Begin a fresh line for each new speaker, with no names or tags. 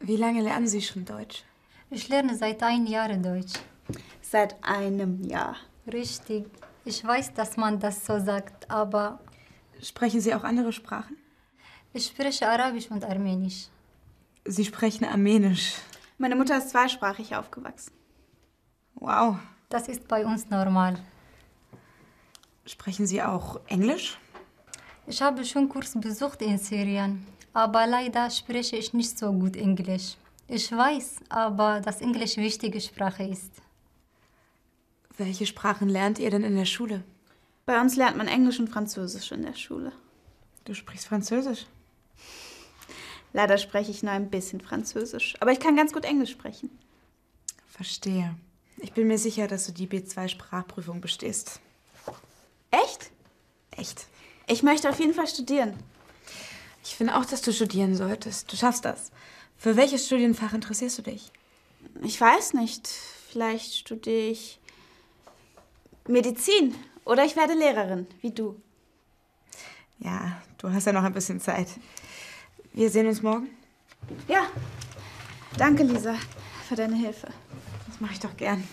Wie lange lernen Sie schon Deutsch?
Ich lerne seit ein Jahr Deutsch.
Seit einem Jahr.
Richtig. Ich weiß, dass man das so sagt, aber
Sprechen Sie auch andere Sprachen?
ich spreche Arabisch und Armenisch.
Sie sprechen Armenisch.
Meine Mutter ist zweisprachig aufgewachsen.
Wow.
Das ist bei uns normal.
Sprechen Sie auch Englisch?
Ich habe schon Kurs besucht in Syrien, aber leider spreche ich nicht so gut Englisch. Ich weiß, aber dass Englisch wichtige Sprache ist.
Welche Sprachen lernt ihr denn in der Schule?
Bei uns lernt man Englisch und Französisch in der Schule.
Du sprichst Französisch.
Leider spreche ich nur ein bisschen Französisch, aber ich kann ganz gut Englisch sprechen.
Verstehe. Ich bin mir sicher, dass du die B2-Sprachprüfung bestehst.
Echt?
Echt.
Ich möchte auf jeden Fall studieren.
Ich finde auch, dass du studieren solltest. Du schaffst das. Für welches Studienfach interessierst du dich?
Ich weiß nicht, vielleicht studiere ich Medizin oder ich werde Lehrerin, wie du.
Ja, du hast ja noch ein bisschen Zeit. Wir sehen uns morgen.
Ja. Danke, Lisa, für deine Hilfe.
Das mache ich doch gern.